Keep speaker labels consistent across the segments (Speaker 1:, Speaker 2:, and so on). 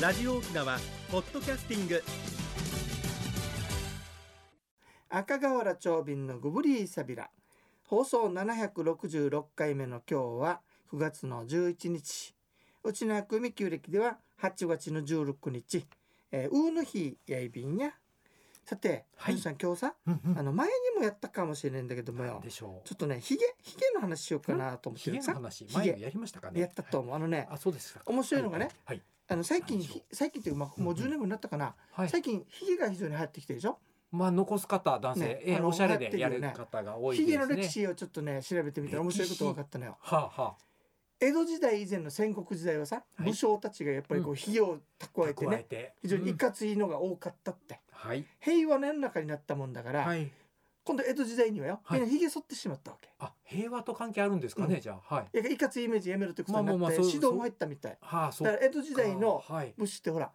Speaker 1: ラジオ沖縄ポッドキャスティング
Speaker 2: 赤瓦町便のグブリーサビラ放送766回目の今日は9月の11日うちなくみ旧暦では8月の16日、えー、ウーヌヒやいびんやさて、
Speaker 1: はい
Speaker 2: 皆さん今日さ
Speaker 1: うん
Speaker 2: あの前にもやったかもしれないんだけどもよ
Speaker 1: でしょ
Speaker 2: ちょっとねひげひげの話しようかなと
Speaker 1: う
Speaker 2: 思っ
Speaker 1: ヒ
Speaker 2: て
Speaker 1: ゲ
Speaker 2: る
Speaker 1: の
Speaker 2: さ
Speaker 1: 話
Speaker 2: ヒゲ
Speaker 1: 前もやりましたかね
Speaker 2: やったと思う、あのね
Speaker 1: はいあそうですか
Speaker 2: 面白いのがね
Speaker 1: はい
Speaker 2: あの最近
Speaker 1: 何でしょ
Speaker 2: ひ最近っていうかまあもう10年ぐらいになったかな、
Speaker 1: はい、はい
Speaker 2: 最近ひげが非常に流行ってきてるでしょ
Speaker 1: まあ残す方男性、
Speaker 2: ね
Speaker 1: え
Speaker 2: あ
Speaker 1: ー
Speaker 2: の
Speaker 1: おしゃれで
Speaker 2: 流行
Speaker 1: や
Speaker 2: ってる
Speaker 1: る
Speaker 2: よね
Speaker 1: 方が多い
Speaker 2: ひ
Speaker 1: ですね
Speaker 2: げの歴史をちょっとね調べてみたら面白いこと分かったのよ
Speaker 1: はあは
Speaker 2: 江戸時代以前の戦国時代はさ、
Speaker 1: はい
Speaker 2: 武将たちがやっぱりこ
Speaker 1: う
Speaker 2: うひげを蓄
Speaker 1: あ
Speaker 2: えて
Speaker 1: 加え
Speaker 2: ね、
Speaker 1: て
Speaker 2: 非常に
Speaker 1: う
Speaker 2: い
Speaker 1: ん
Speaker 2: かついのが多かったって、
Speaker 1: はい
Speaker 2: 平和の世の中になったもんだから、
Speaker 1: はい
Speaker 2: 今度江戸時代にはよ、
Speaker 1: はい
Speaker 2: みんなひげ剃ってしまったわけ
Speaker 1: あ平和と関係あるんですかね、
Speaker 2: うん
Speaker 1: じゃあはい
Speaker 2: いやいかついイメージやめるってことになって、
Speaker 1: まあまあまあそう
Speaker 2: 指導も入ったみたい
Speaker 1: はあそ
Speaker 2: だ
Speaker 1: う
Speaker 2: から江戸時代の
Speaker 1: はい
Speaker 2: 武士ってほら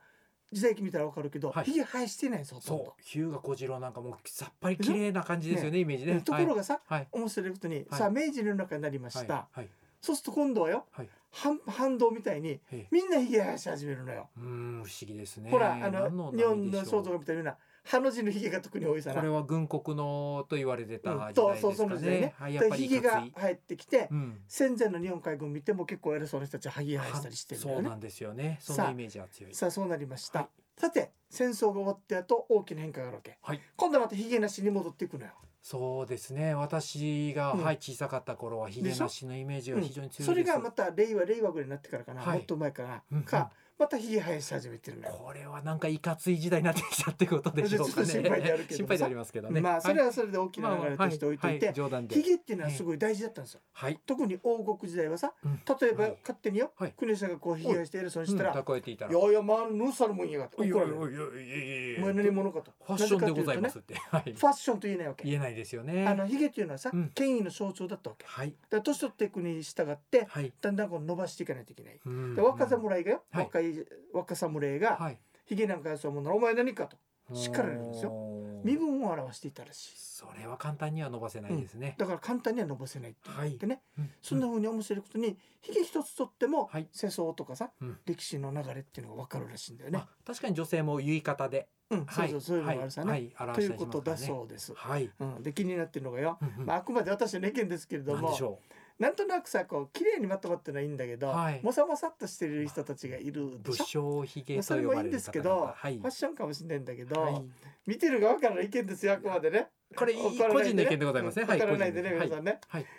Speaker 2: 時代記見たら分かるけど
Speaker 1: はい
Speaker 2: ひげ、生やしてないんですほとん
Speaker 1: そ
Speaker 2: ど
Speaker 1: う日向小次郎なんかもうさっぱり綺麗な感じですよねイメージね
Speaker 2: ところがさ、
Speaker 1: はい
Speaker 2: 面白いことに、
Speaker 1: はい
Speaker 2: さあ明治の世の中になりま
Speaker 1: は
Speaker 2: し
Speaker 1: い
Speaker 2: た、
Speaker 1: はいはい
Speaker 2: そうすると今度はよ
Speaker 1: はい
Speaker 2: 反反動みたいに
Speaker 1: ええ
Speaker 2: みんなひげ生やし始めるのよ、
Speaker 1: うーん不思議ですね
Speaker 2: ほらあ
Speaker 1: 何
Speaker 2: の
Speaker 1: 波
Speaker 2: 日本
Speaker 1: で
Speaker 2: の
Speaker 1: しょ
Speaker 2: 肖
Speaker 1: う
Speaker 2: 像画みたいなハの字のひげが特に多いさ
Speaker 1: こ
Speaker 2: な
Speaker 1: れは軍国のと言われてた
Speaker 2: うん
Speaker 1: 時
Speaker 2: と
Speaker 1: 代
Speaker 2: そう
Speaker 1: です
Speaker 2: その
Speaker 1: か
Speaker 2: 時代ね
Speaker 1: ね。はい、やっぱり
Speaker 2: ひげが
Speaker 1: いかつい
Speaker 2: 入ってきて、
Speaker 1: うん、
Speaker 2: 戦前の日本海軍見ても結構偉そうな人たちはハゲ生やしたりしてるんだ
Speaker 1: そ
Speaker 2: よ
Speaker 1: う
Speaker 2: ね
Speaker 1: なんですよね。
Speaker 2: さあ
Speaker 1: そのイメージは強い。
Speaker 2: さあそうなりました、
Speaker 1: は
Speaker 2: さて戦争が終わってあと大きな変化があるわけ
Speaker 1: はい、
Speaker 2: 今度はまたヒゲなしに戻っていくのよ、
Speaker 1: そうですね。私が、
Speaker 2: うん
Speaker 1: はい小さかった頃はひげなしのイメージが
Speaker 2: うん
Speaker 1: 非常に強いです。
Speaker 2: それがまた令和令和ぐらいになってからかな、
Speaker 1: はい
Speaker 2: もっと前から
Speaker 1: うんうん
Speaker 2: か、またヒゲ生やし始めてるのよ、
Speaker 1: これはなんかいかつい時代になってきたってことでしょうかね。
Speaker 2: ちょっと心配であるけど
Speaker 1: 心配でありますけどね。
Speaker 2: まあそれ
Speaker 1: は
Speaker 2: はそれで大きな流れとして置い
Speaker 1: まあまあ
Speaker 2: とい
Speaker 1: はは
Speaker 2: て
Speaker 1: 冗談で
Speaker 2: ヒ。ゲっていうのはすごい大事だったんですよ
Speaker 1: はい。
Speaker 2: 特に王国時代はさ
Speaker 1: うん
Speaker 2: 例えば
Speaker 1: はい
Speaker 2: 勝手によ、
Speaker 1: はい
Speaker 2: 国吉さんがこうひげをして偉そうにした
Speaker 1: うん
Speaker 2: ら
Speaker 1: 蓄えていた
Speaker 2: 「
Speaker 1: ら。
Speaker 2: いやいやまあぬさるもんやが」って
Speaker 1: おい
Speaker 2: 怒
Speaker 1: お
Speaker 2: ら
Speaker 1: い
Speaker 2: れる
Speaker 1: おいおいいえいえいえ
Speaker 2: 「お前何者か」と
Speaker 1: ファッションでございま
Speaker 2: な
Speaker 1: す
Speaker 2: ぜ
Speaker 1: って。はい
Speaker 2: かっていうとね。ファッションと言えないわけ
Speaker 1: 言えないですよね。
Speaker 2: あのヒゲっていうのはさ、
Speaker 1: うん
Speaker 2: 権威の象徴だったわけだか
Speaker 1: はい
Speaker 2: ら年取っていくに従って
Speaker 1: はい。
Speaker 2: だんだんこう伸ばしていかないといけない、
Speaker 1: うん
Speaker 2: で若侍がよ、
Speaker 1: はい
Speaker 2: 若い若侍が
Speaker 1: はい。
Speaker 2: ヒゲなんかそうもんならお前何かと叱られるんですよ
Speaker 1: よ
Speaker 2: 身分を表していたらしい
Speaker 1: それは簡単には伸ばせないですね。
Speaker 2: だから簡単には伸ばせないっていう
Speaker 1: はい
Speaker 2: でね
Speaker 1: うん
Speaker 2: そんな風に面白いことにヒゲ一つ取っても、
Speaker 1: はい
Speaker 2: 世相とかさ、
Speaker 1: うん
Speaker 2: 歴史の流れっていうのが分かるらしいんだよ
Speaker 1: ま
Speaker 2: ね
Speaker 1: あ、確かに女性も言い方で、
Speaker 2: うん、そうそうそういうのがあるさね、
Speaker 1: はい、はい、表
Speaker 2: とい
Speaker 1: した
Speaker 2: う
Speaker 1: りし
Speaker 2: こ
Speaker 1: ます
Speaker 2: と
Speaker 1: から
Speaker 2: だ
Speaker 1: ね。
Speaker 2: そうです、
Speaker 1: はい。
Speaker 2: うん、で気になってるのがよ、
Speaker 1: うんうん
Speaker 2: まあ、あくまで私の意見ですけれど
Speaker 1: なんで
Speaker 2: も
Speaker 1: しょ
Speaker 2: なんとなくさこう綺麗にまとまってるのはいいんだけど、
Speaker 1: はい
Speaker 2: もさもさっとしてる人たちがいる
Speaker 1: う。
Speaker 2: で
Speaker 1: 武
Speaker 2: し
Speaker 1: 将
Speaker 2: ょ
Speaker 1: 髭
Speaker 2: そ
Speaker 1: と
Speaker 2: れ
Speaker 1: 呼
Speaker 2: もい
Speaker 1: ば
Speaker 2: い
Speaker 1: れ
Speaker 2: んで
Speaker 1: る
Speaker 2: すけ
Speaker 1: 方
Speaker 2: ど
Speaker 1: 々、、はい
Speaker 2: ファッ。ションかもしれないんだけど、
Speaker 1: はい
Speaker 2: 見てる側からの意見ですよあくまでね
Speaker 1: これ
Speaker 2: 怒ら
Speaker 1: 個
Speaker 2: ない
Speaker 1: 人の意見でございますね。
Speaker 2: うん
Speaker 1: はい。
Speaker 2: 怒らないでね、
Speaker 1: 個人の意見
Speaker 2: 皆さんね、
Speaker 1: はいはい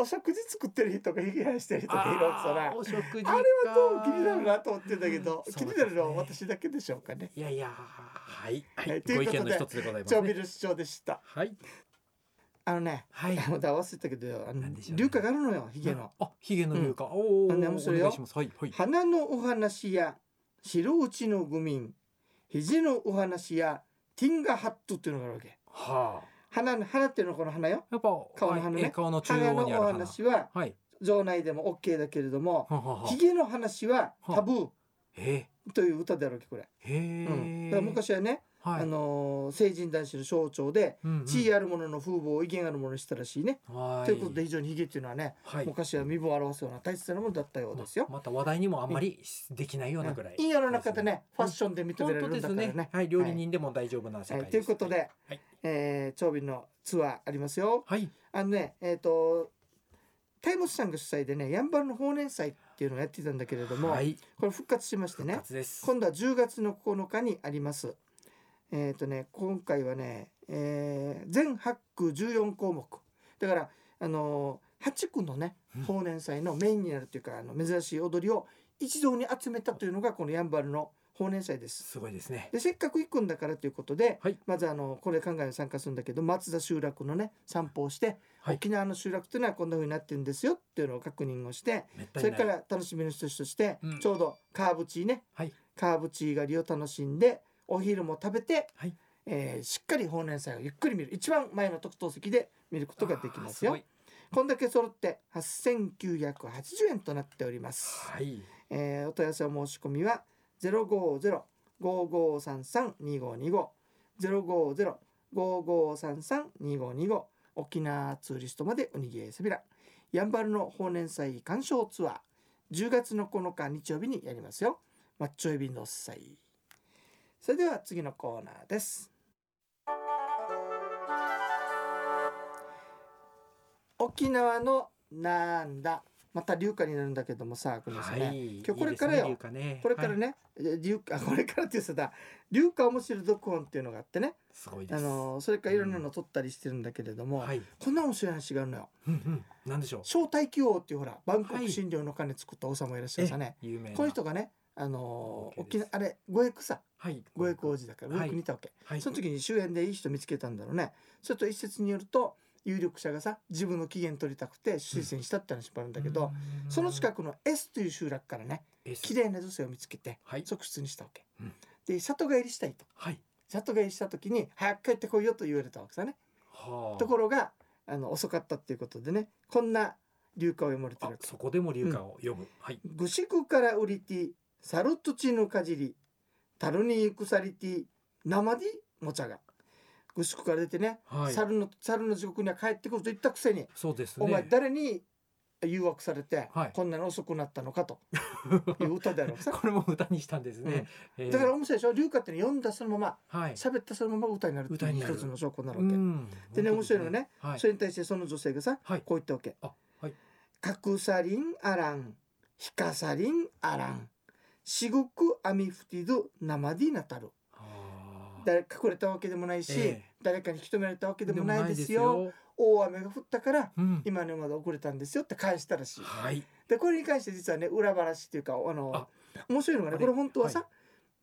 Speaker 2: お食事作ってる人がヒゲ生やしてる人がいるわけさな
Speaker 1: あーお食事
Speaker 2: あれはどうも気にな
Speaker 1: か。
Speaker 2: るなと思ってんだけど、
Speaker 1: そうです
Speaker 2: 気
Speaker 1: ね
Speaker 2: になるのは私だけでしょうかね。
Speaker 1: いやいや、はい。は。
Speaker 2: はいいという
Speaker 1: ご
Speaker 2: こ
Speaker 1: 意
Speaker 2: とで
Speaker 1: 見の一つでございま
Speaker 2: 調
Speaker 1: す
Speaker 2: 味
Speaker 1: ね。
Speaker 2: 料主張でした。
Speaker 1: はい。
Speaker 2: あのね、
Speaker 1: はい。
Speaker 2: また合わせたけど、あの
Speaker 1: なんでしょうね
Speaker 2: 流化があるのよ、ヒゲの。
Speaker 1: あ、髭の流か。おお。お
Speaker 2: あ
Speaker 1: 願
Speaker 2: の
Speaker 1: い
Speaker 2: それよ
Speaker 1: します。はい。はい。
Speaker 2: 花のお話や白打ちの愚民、肘のお話やティンガハットっていうのがあるわけ。
Speaker 1: はあ。
Speaker 2: 花の花っていうのはこの花よ。
Speaker 1: やっぱ顔
Speaker 2: の花ね
Speaker 1: 顔の中
Speaker 2: 花
Speaker 1: 央
Speaker 2: の
Speaker 1: にある
Speaker 2: お
Speaker 1: 花。
Speaker 2: 話は
Speaker 1: はい。
Speaker 2: 場内でも OK だけれども、
Speaker 1: ははは
Speaker 2: ヒゲの話はタブー
Speaker 1: え
Speaker 2: という歌であるわけこれ。
Speaker 1: へえ、
Speaker 2: うん、だから昔はね、
Speaker 1: はい、
Speaker 2: あのー成人男子の象徴で、
Speaker 1: うんうん
Speaker 2: 地位ある者の風貌を威厳ある者にしたらしいね。
Speaker 1: はい
Speaker 2: ということで非常にヒゲっていうのはね、
Speaker 1: はい、
Speaker 2: 昔は身分を表すような大切なものだったようですよ。
Speaker 1: ままた話題にもあんまりできないようなぐらい、
Speaker 2: いい世の中でね、フ
Speaker 1: うん
Speaker 2: ァッションで認め
Speaker 1: 本
Speaker 2: られる
Speaker 1: 当
Speaker 2: んだ
Speaker 1: で
Speaker 2: か
Speaker 1: す
Speaker 2: らね。
Speaker 1: ねはい料理人でも大丈夫な世
Speaker 2: はい
Speaker 1: 界
Speaker 2: ということで、
Speaker 1: はい
Speaker 2: えー、長瓶のツアーありますよ。
Speaker 1: はい
Speaker 2: あのね、えっ、と、タイモスさんが主催でね、やんばるの法年祭っていうのをやってたんだけれども、
Speaker 1: はい
Speaker 2: これ復活しまして
Speaker 1: 復
Speaker 2: ね、
Speaker 1: 活です
Speaker 2: 今度は10月の9日にあります。えっ、とね、今回はね、えー、全8区14項目。だから、あのー、8区のね
Speaker 1: うん、
Speaker 2: 法年祭のメインになるというか、あの珍しい踊りを一堂に集めたというのが、このやんばるの法年祭です。
Speaker 1: すごいですね
Speaker 2: でせっかく行くんだからということで、
Speaker 1: はい
Speaker 2: まずあのこれ考えに参加するんだけど松田集落のね散歩をして、
Speaker 1: はい
Speaker 2: 沖縄の集落というのはこんな風になってるんですよっていうのを確認をして
Speaker 1: めった
Speaker 2: そ
Speaker 1: に
Speaker 2: れ
Speaker 1: ない
Speaker 2: から楽しみの一つとして、
Speaker 1: うん
Speaker 2: ちょうどカーブチーね
Speaker 1: はい
Speaker 2: カーブチー狩りを楽しんでお昼も食べて、
Speaker 1: はい
Speaker 2: えーしっかり豊年祭をゆっくり見る一番前の特等席で見ることができます
Speaker 1: あ
Speaker 2: よ
Speaker 1: ー
Speaker 2: こんだけ揃って8980円となっておりま
Speaker 1: す
Speaker 2: す
Speaker 1: ごいはい
Speaker 2: えーお問い合わせお申し込みは050-5533-2525 050-5533-2525沖縄ツーリストまでおにぎりせびらやんばるの法年祭鑑賞ツアー10月の9日日曜日にやりますよマッチョエビのおっさいそれでは次のコーナーです沖縄のなんだまた流化になるんだけどもさこのですね、
Speaker 1: い。
Speaker 2: 今日これからよ
Speaker 1: いいですね流花ね
Speaker 2: これから
Speaker 1: はい
Speaker 2: ね、流 化これからって言ってた流化面白い読本っていうのがあってね
Speaker 1: すごいで
Speaker 2: あ
Speaker 1: す。
Speaker 2: のそれからいろんなの撮ったりしてるんだけれども、
Speaker 1: はい。
Speaker 2: こんな面白い話があるのよ
Speaker 1: うんうん。なんでしょう。
Speaker 2: 招待記王っていうほら万
Speaker 1: は
Speaker 2: 国
Speaker 1: い
Speaker 2: 診療の金作った王様いらっしゃいましたね、
Speaker 1: え有名な。
Speaker 2: この人がねあのー
Speaker 1: 王家
Speaker 2: 沖
Speaker 1: です
Speaker 2: 縄あれ五役さ
Speaker 1: はい。
Speaker 2: 五役王子だから
Speaker 1: は
Speaker 2: 五
Speaker 1: い
Speaker 2: 役にいたわけ、
Speaker 1: はい。
Speaker 2: その時に周辺でいい人見つけたんだろうねそれと一説によると有力者がさ自分の期限取りたくて推薦したって話もあるんだけど、
Speaker 1: うん
Speaker 2: その近くの S という集落からね
Speaker 1: S
Speaker 2: 綺麗な女性を見つけて
Speaker 1: はい。
Speaker 2: 即室にしたわけ、
Speaker 1: うん
Speaker 2: で里帰りしたいと
Speaker 1: はい。
Speaker 2: 里帰りした時に早く帰ってこいよと言われたわけさね
Speaker 1: はあ。
Speaker 2: ところがあの遅かったっていうことでねこんな流歌を読まれてる
Speaker 1: あ
Speaker 2: わけ
Speaker 1: そこでも流花を読む。はい。
Speaker 2: 「ぐしくからうりてさるとちぬかじりたるにゆくさりて生でもちゃが」ぐしくから出てね、
Speaker 1: はい。
Speaker 2: 猿の猿の地獄には帰ってくると言ったくせに、
Speaker 1: そうですね。
Speaker 2: お前誰に誘惑されて、
Speaker 1: はい
Speaker 2: こんなに遅くなったのかという歌だろ うさ、
Speaker 1: これも歌にしたんですね。え
Speaker 2: うん
Speaker 1: ー
Speaker 2: だから面白いでしょ龍歌ってのは読んだそのまま
Speaker 1: はい。
Speaker 2: 喋ったそのまま歌になるってい
Speaker 1: 歌
Speaker 2: う
Speaker 1: になる
Speaker 2: 一つの証拠になる
Speaker 1: う
Speaker 2: わけ、
Speaker 1: ん
Speaker 2: でね面白いのはね、。
Speaker 1: 本当です
Speaker 2: それに対してその女性がさ
Speaker 1: はい。はい。
Speaker 2: こう言ったわけ。
Speaker 1: あはい
Speaker 2: かくさりんあらん、ひかさりんあらん、しごくあみふてどなまでなたる。
Speaker 1: あー
Speaker 2: 誰か隠れたわけでもないし、
Speaker 1: ええ
Speaker 2: 誰かに引き止められたわけでもないですよ。。大雨が降ったから、
Speaker 1: うん。
Speaker 2: 今のまで遅れたんですよって返したらしい。
Speaker 1: はい。
Speaker 2: で、これに関して実はね、裏話っていうか、あの、
Speaker 1: あ
Speaker 2: 面白いのがね、
Speaker 1: あ
Speaker 2: こ
Speaker 1: れ
Speaker 2: れ本当はさ、
Speaker 1: は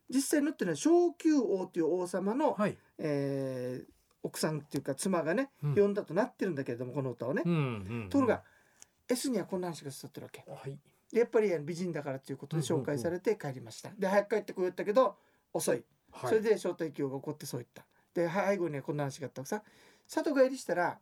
Speaker 2: 実際に載ってるのは小宮王という王様の、
Speaker 1: はい。
Speaker 2: えー奥さんっていうか妻がね、
Speaker 1: うん
Speaker 2: 呼んだとなってるんだけれども、この歌をね。
Speaker 1: うんうん。
Speaker 2: ところが、S にはこんな話が伝わってるわけ。
Speaker 1: うん。はい。
Speaker 2: でやっぱりあの美人だからということで
Speaker 1: うんうんうん
Speaker 2: 紹介されて帰りました。で早く帰ってこようったけど遅い。
Speaker 1: はい。
Speaker 2: それで招待業が起こってそう言った。では背後にはこんな話があったわけさ里帰りしたら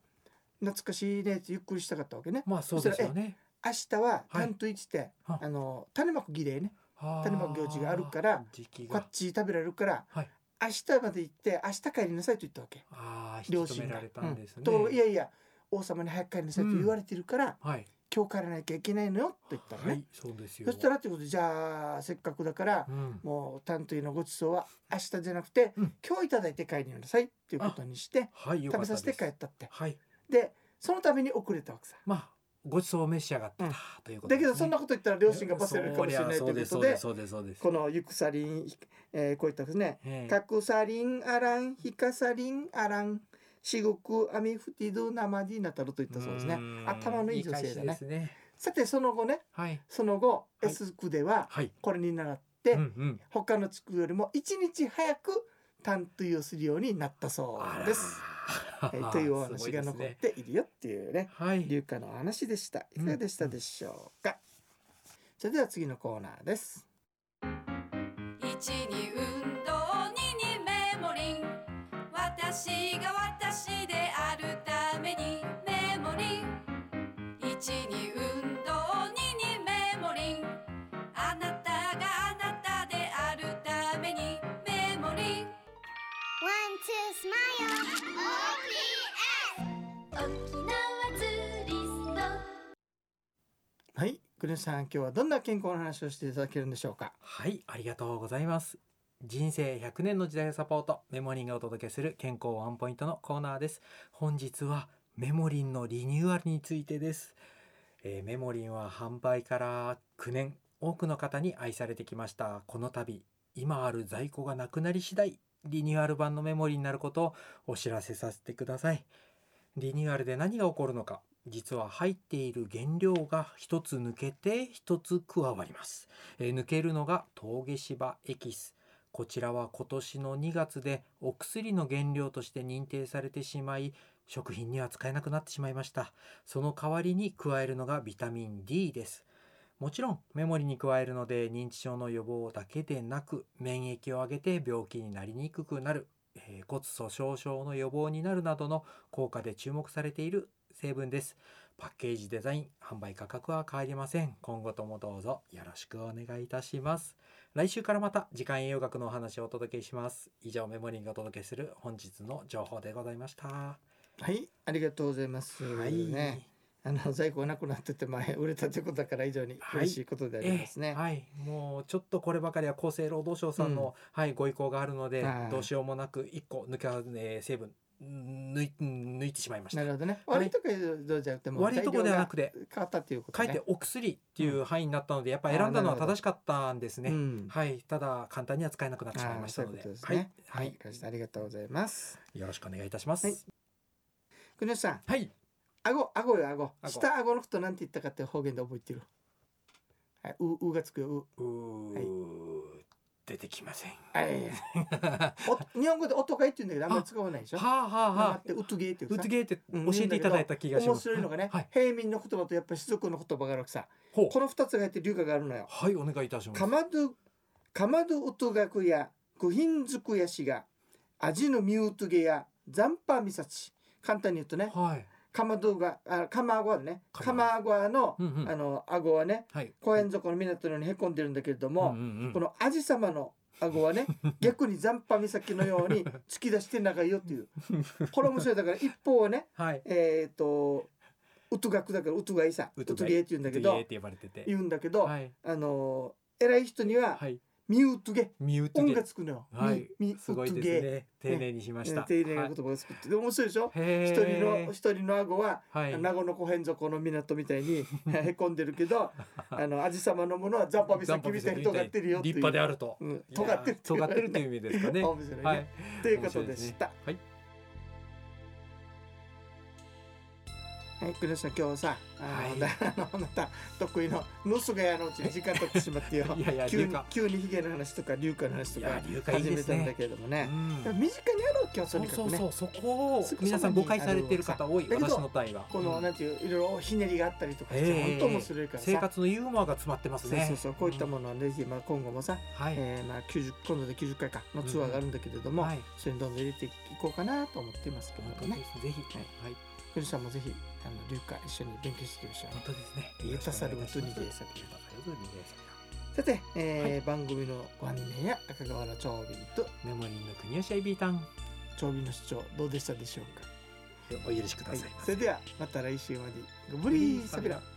Speaker 2: 懐かしいねってゆっくりしたかったわけね。
Speaker 1: まあそうですよね。
Speaker 2: 明日は
Speaker 1: はい
Speaker 2: 担当一で、
Speaker 1: は
Speaker 2: あの種まく儀礼ね
Speaker 1: 種
Speaker 2: 種まき行事があるから
Speaker 1: 時期
Speaker 2: こっ
Speaker 1: が
Speaker 2: ち食べられるから
Speaker 1: はい
Speaker 2: 明日まで行って明日帰りなさいと言ったわけ。
Speaker 1: ああ引
Speaker 2: 両
Speaker 1: き止
Speaker 2: 親
Speaker 1: め
Speaker 2: が
Speaker 1: られたんです
Speaker 2: う
Speaker 1: ね
Speaker 2: ん。ところがいやいや王様に早く帰りなさいと言われてるから、
Speaker 1: はい
Speaker 2: 今日帰らなきゃいけないのよと言ったのね。
Speaker 1: はいそうですよ。
Speaker 2: そしたらってことでじゃあせっかくだから
Speaker 1: うん
Speaker 2: もう担当医のごちそうは明日じゃなくて、
Speaker 1: うん
Speaker 2: 今日いただいて帰りなさいっていうことにして
Speaker 1: はい良か
Speaker 2: 食
Speaker 1: っ
Speaker 2: べ
Speaker 1: た
Speaker 2: さ
Speaker 1: です
Speaker 2: せて帰ったって
Speaker 1: はい
Speaker 2: でそのために遅れたわけさ
Speaker 1: まあごちそうを召し上がってたということ
Speaker 2: だけどそんなこと言ったら両親がバスれるかもしれないということで
Speaker 1: そうですそうですそう
Speaker 2: この「ゆくさりん」えーこういったですね
Speaker 1: です。
Speaker 2: 「かくさりんあらんひかさりんあらんしごくあみふてどなまりなたる」といったそうですね頭のいい女性だね
Speaker 1: ね。
Speaker 2: さてその後ね
Speaker 1: はい
Speaker 2: その後
Speaker 1: い
Speaker 2: S 区では
Speaker 1: はい。
Speaker 2: これに習って、
Speaker 1: うんうん。
Speaker 2: 他の地区よりも一日早く担当をするようになったそ
Speaker 1: あ
Speaker 2: う
Speaker 1: ら
Speaker 2: です。えーというお話が残っ。
Speaker 1: す
Speaker 2: ているよっていうね
Speaker 1: ごいですね
Speaker 2: 流花のお話でした。いかがでしたでしょうか。それでは次のコーナーです。
Speaker 3: 一に運動二にメモリン私が私であるためにメモリン一に運動二にメモリンあなたがあなたであるためにメモリン
Speaker 4: One, two, smile. OPS.
Speaker 3: 沖縄ツーリスト
Speaker 2: はい、グレンさん今日はどんな健康の話をしていただけるんでしょうか。
Speaker 1: はい、ありがとうございます。人生100年の時代をサポート、メモリンがお届けする健康ワンポイントのコーナーです。本日はメモリンのリニューアルについてです。えーメモリンは販売から9年、多くの方に愛されてきました。この度、今ある在庫がなくなり次第、リニューアル版のメモリになることをお知らせさせてください。リニューアルで何が起こるのか、実は入っている原料が一つ抜けて一つ加わります。えー抜けるのが峠芝エキスこちらは今年の2月でお薬の原料として認定されてしまい食品には使えなくなってしまいましたその代わりに加えるのがビタミン D ですもちろんメモリに加えるので認知症の予防だけでなく免疫を上げて病気になりにくくなる、えー骨粗鬆症の予防になるなどの効果で注目されている成分ですパッケージデザイン販売価格は変わりません今後ともどうぞよろしくお願いいたします来週からまた時間栄養学のお話をお届けします以上メモリーがお届けする本日の情報でございましたは
Speaker 2: はい、ありがとうございます。
Speaker 1: い、
Speaker 2: ね、あの在庫がなくなってて前売れたということだから以上に
Speaker 1: はい
Speaker 2: 嬉しいことでありますね。
Speaker 1: ええはい、もうちょっとこればかりは厚生労働省さんの、はい、ご意向があるので、
Speaker 2: はい
Speaker 1: どうしようもなく一個抜か、えー成分ん抜い抜いてしまいまし
Speaker 2: な
Speaker 1: た
Speaker 2: る。ほどね。
Speaker 1: はい
Speaker 2: 悪いとこどうじゃなくても
Speaker 1: 悪いとこではなく
Speaker 2: て
Speaker 1: て、
Speaker 2: 変わったということ
Speaker 1: 書
Speaker 2: ね。
Speaker 1: いてお薬っていう範囲になったので、やっぱ選んだのは正しかったんですね。
Speaker 2: うん。
Speaker 1: はい、ただ簡単には使えなくなってしまい
Speaker 2: あ
Speaker 1: ま
Speaker 2: あ
Speaker 1: し
Speaker 2: そ
Speaker 1: た
Speaker 2: ういう
Speaker 1: の
Speaker 2: こ
Speaker 1: で、
Speaker 2: とです
Speaker 1: はい
Speaker 2: ね。、はい、わかりましたありがとうございます。
Speaker 1: よろしくお願いいたします。
Speaker 2: はい国吉さん、
Speaker 1: はい、
Speaker 2: 顎、顎よ、顎。
Speaker 1: 顎
Speaker 2: 下顎のことなんて言ったかって方言で覚えてる。はい、う、うがつくよ、う。
Speaker 1: うー、出てきません。
Speaker 2: はい、
Speaker 1: は
Speaker 2: お日本語で音がいって言うんだけど、あんまり使わないでし
Speaker 1: あ
Speaker 2: ょ。
Speaker 1: はあは
Speaker 2: 黙
Speaker 1: あ
Speaker 2: っ。て、うつげーっていう
Speaker 1: う
Speaker 2: さ
Speaker 1: つげーって
Speaker 2: うん
Speaker 1: 教えていただいた気がしま
Speaker 2: 面
Speaker 1: す。
Speaker 2: 白いのがね、
Speaker 1: はい。
Speaker 2: 平民の言葉とやっぱり士族の言葉があるわけさ。
Speaker 1: ほう
Speaker 2: この二つが入って流化があるのよ。
Speaker 1: はい、お願いいたします。
Speaker 2: かまど、かまどうとがくや、くひんずくやしが、味のみうとげや、ざんぱみさち。簡単に言うとね、
Speaker 1: はい。
Speaker 2: かまどが、あ、かまあごはね、
Speaker 1: か
Speaker 2: か
Speaker 1: ま
Speaker 2: まあごはの、
Speaker 1: うんうん
Speaker 2: あの、あごはね、
Speaker 1: はい。
Speaker 2: 公園底の港のようにへこんでるんだけれど
Speaker 1: う
Speaker 2: も
Speaker 1: ん、うんうん
Speaker 2: このアジ様の 顎はね逆に残波岬のように突き出して長い よっていうこれ面白いだから一方はね
Speaker 1: はい。
Speaker 2: えっ、とウトガクだからウトがいさ
Speaker 1: ウ
Speaker 2: ウ
Speaker 1: ト
Speaker 2: ト
Speaker 1: ガイ
Speaker 2: ゲーって言うんだけ
Speaker 1: うつげ
Speaker 2: ど
Speaker 1: ーって呼ばれてて。
Speaker 2: 言うんだけど、
Speaker 1: はい。
Speaker 2: あのー偉い人には
Speaker 1: はい。
Speaker 2: ミウトゲ
Speaker 1: ミュート
Speaker 2: 音
Speaker 1: ゲ
Speaker 2: が
Speaker 1: ー。
Speaker 2: つくのよ、
Speaker 1: はい
Speaker 2: ミミ。
Speaker 1: すごい
Speaker 2: ウト
Speaker 1: です
Speaker 2: ゲ
Speaker 1: ね。丁寧にしまし
Speaker 2: えー
Speaker 1: た。
Speaker 2: 丁寧な言葉を作って、で面白いでし
Speaker 1: は
Speaker 2: ょ
Speaker 1: いへ
Speaker 2: 一人
Speaker 1: ー
Speaker 2: の一人の顎は
Speaker 1: はい。
Speaker 2: 名護の湖辺底の港みたい にへこんでるけどあのアジ様のものは残波岬みたいに尖ってるよってい
Speaker 1: 立派
Speaker 2: う
Speaker 1: であると。
Speaker 2: うん、尖ってる
Speaker 1: いやー尖ってるという意味ですか ね。
Speaker 2: 面白いね、
Speaker 1: はい。
Speaker 2: ということでした、
Speaker 1: はい。
Speaker 2: はい、黒さん今日さ、あの、
Speaker 1: は
Speaker 2: あのまた得意のノスがやのうちに時間経ってしまってよ
Speaker 1: いやいや
Speaker 2: 急
Speaker 1: 龍
Speaker 2: に
Speaker 1: 華
Speaker 2: 急にヒゲの話とか龍華の話と
Speaker 1: いや
Speaker 2: か
Speaker 1: 龍華いい
Speaker 2: 始
Speaker 1: で
Speaker 2: め
Speaker 1: す
Speaker 2: た
Speaker 1: ね
Speaker 2: んだけれどもね
Speaker 1: う、ん
Speaker 2: でも身近にあろう今日と
Speaker 1: そ
Speaker 2: に
Speaker 1: う
Speaker 2: か
Speaker 1: そ
Speaker 2: く
Speaker 1: う
Speaker 2: ね
Speaker 1: そう、そこを
Speaker 2: すぐ
Speaker 1: 皆さん誤解
Speaker 2: そば
Speaker 1: さ
Speaker 2: に
Speaker 1: れている方多い、
Speaker 2: あるさだ
Speaker 1: 私
Speaker 2: けど
Speaker 1: の隊は。
Speaker 2: この
Speaker 1: うん
Speaker 2: なんていういろいろひねりがあったりとかして、
Speaker 1: ええ
Speaker 2: 本当面白いからさ、
Speaker 1: 生活のユーモアが詰まってます
Speaker 2: そう
Speaker 1: ね。
Speaker 2: そうそうこういったものはねぜひまあ今後もさ、
Speaker 1: うん。はい。
Speaker 2: えーまあ90今度で90回かのツアーがあるんだけれども、
Speaker 1: はい。
Speaker 2: それにどんどん入れていこうかなと思っていますけ
Speaker 1: 本当
Speaker 2: ど
Speaker 1: で
Speaker 2: ね
Speaker 1: す。ぜひ。
Speaker 2: はい
Speaker 1: はい。
Speaker 2: 黒さんもぜひあの龍華一緒に勉強していきましょうね
Speaker 1: 本。当ですね。
Speaker 2: ゆたさる
Speaker 1: よろしくお願いいたします
Speaker 2: うとにでさ
Speaker 1: ゆたさるうとにでさ
Speaker 2: さて、えー
Speaker 1: はい
Speaker 2: 番組のご案内や赤川の長瓶と
Speaker 1: メモリーの国吉 IB ターン。
Speaker 2: 長瓶の主張どうでしたでしょうか。
Speaker 1: お許しくだ
Speaker 2: はい
Speaker 1: さいま、せ
Speaker 2: それではまた来週までご無理さびら。